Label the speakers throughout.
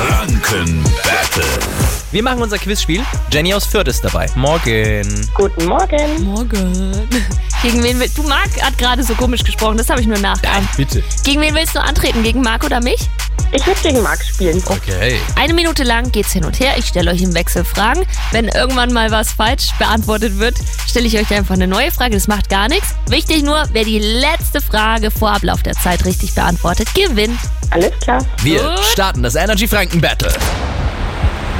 Speaker 1: Fashion Battle.
Speaker 2: Wir machen unser Quizspiel. Jenny aus Fürth ist dabei. Morgen.
Speaker 3: Guten Morgen.
Speaker 4: Morgen. Gegen wen willst du? Marc hat gerade so komisch gesprochen, das habe ich nur nachgeahmt.
Speaker 2: Bitte.
Speaker 4: Gegen wen willst du antreten? Gegen Marc oder mich?
Speaker 3: Ich würde gegen Marc spielen. Oh,
Speaker 2: Okay.
Speaker 4: Eine Minute lang geht's hin und her. Ich stelle euch im Wechsel Fragen. Wenn irgendwann mal was falsch beantwortet wird, stelle ich euch einfach eine neue Frage. Das macht gar nichts. Wichtig nur, wer die letzte Frage vor Ablauf der Zeit richtig beantwortet, gewinnt.
Speaker 3: Alles klar.
Speaker 2: Wir
Speaker 4: Gut.
Speaker 2: starten das Energy Franken Battle.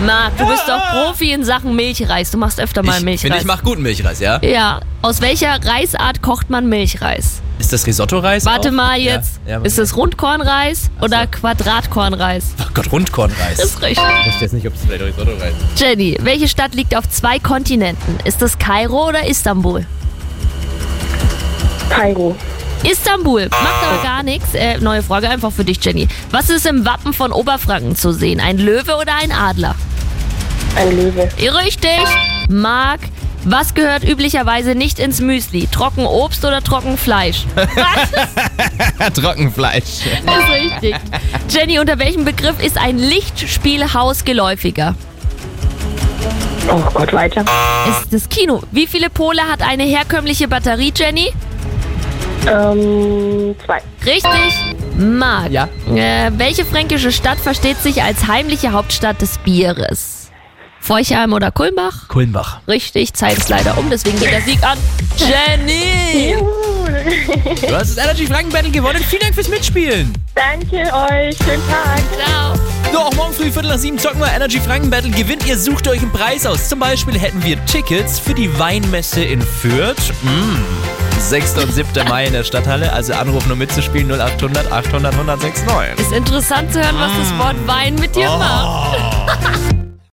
Speaker 4: Marc, du bist doch Profi in Sachen Milchreis. Du machst öfter mal
Speaker 2: Ah! ich
Speaker 4: Milchreis.
Speaker 2: finde, ich mache guten Milchreis, ja?
Speaker 4: ja. Aus welcher Reisart kocht man Milchreis?
Speaker 2: Ist das Risotto-Reis?
Speaker 4: Warte
Speaker 2: auch?
Speaker 4: mal jetzt.
Speaker 2: Ja. Ja,
Speaker 4: ist es Rundkornreis oder Quadratkornreis?
Speaker 2: Oh Gott, Rundkornreis.
Speaker 4: Das ist richtig.
Speaker 2: Ich weiß jetzt nicht, ob es vielleicht Risotto-Reis ist.
Speaker 4: Jenny, welche Stadt liegt auf zwei Kontinenten? Ist es Kairo oder Istanbul?
Speaker 3: Kairo.
Speaker 4: Istanbul. Macht
Speaker 2: Ah.
Speaker 4: aber gar nichts. Äh, neue Frage einfach für dich, Jenny. Was ist im Wappen von Oberfranken zu sehen? Ein Löwe oder ein Adler?
Speaker 3: Ein Löwe.
Speaker 4: Richtig. Marc, was gehört üblicherweise nicht ins Müsli? Trocken Obst oder trocken Fleisch? Was?
Speaker 2: Trockenfleisch.
Speaker 4: Das ist richtig. Jenny, unter welchem Begriff ist ein Lichtspielhaus geläufiger?
Speaker 3: Oh Gott, weiter.
Speaker 4: Es ist das Kino. Wie viele Pole hat eine herkömmliche Batterie, Jenny?
Speaker 3: Ähm, zwei.
Speaker 4: Richtig. Marc.
Speaker 2: Ja.
Speaker 4: Äh, welche fränkische Stadt versteht sich als heimliche Hauptstadt des Bieres? Feuchheim oder Kulmbach?
Speaker 2: Kulmbach.
Speaker 4: Richtig, Zeit ist leider um, deswegen geht der Sieg an Jenny.
Speaker 2: Du hast das Energy Franken Battle gewonnen. Vielen Dank fürs Mitspielen.
Speaker 3: Danke euch. Schönen Tag.
Speaker 4: Ciao.
Speaker 2: So, auch morgen früh Viertel nach sieben zocken wir Energy Franken Battle. Gewinnt ihr, sucht euch einen Preis aus. Zum Beispiel hätten wir Tickets für die Weinmesse in Fürth. Mm. 6. und 7. Mai in der Stadthalle. Also anrufen, um mitzuspielen. 0800 800 1069.
Speaker 4: Ist interessant zu hören, was das Wort Wein mit dir macht.
Speaker 2: Oh.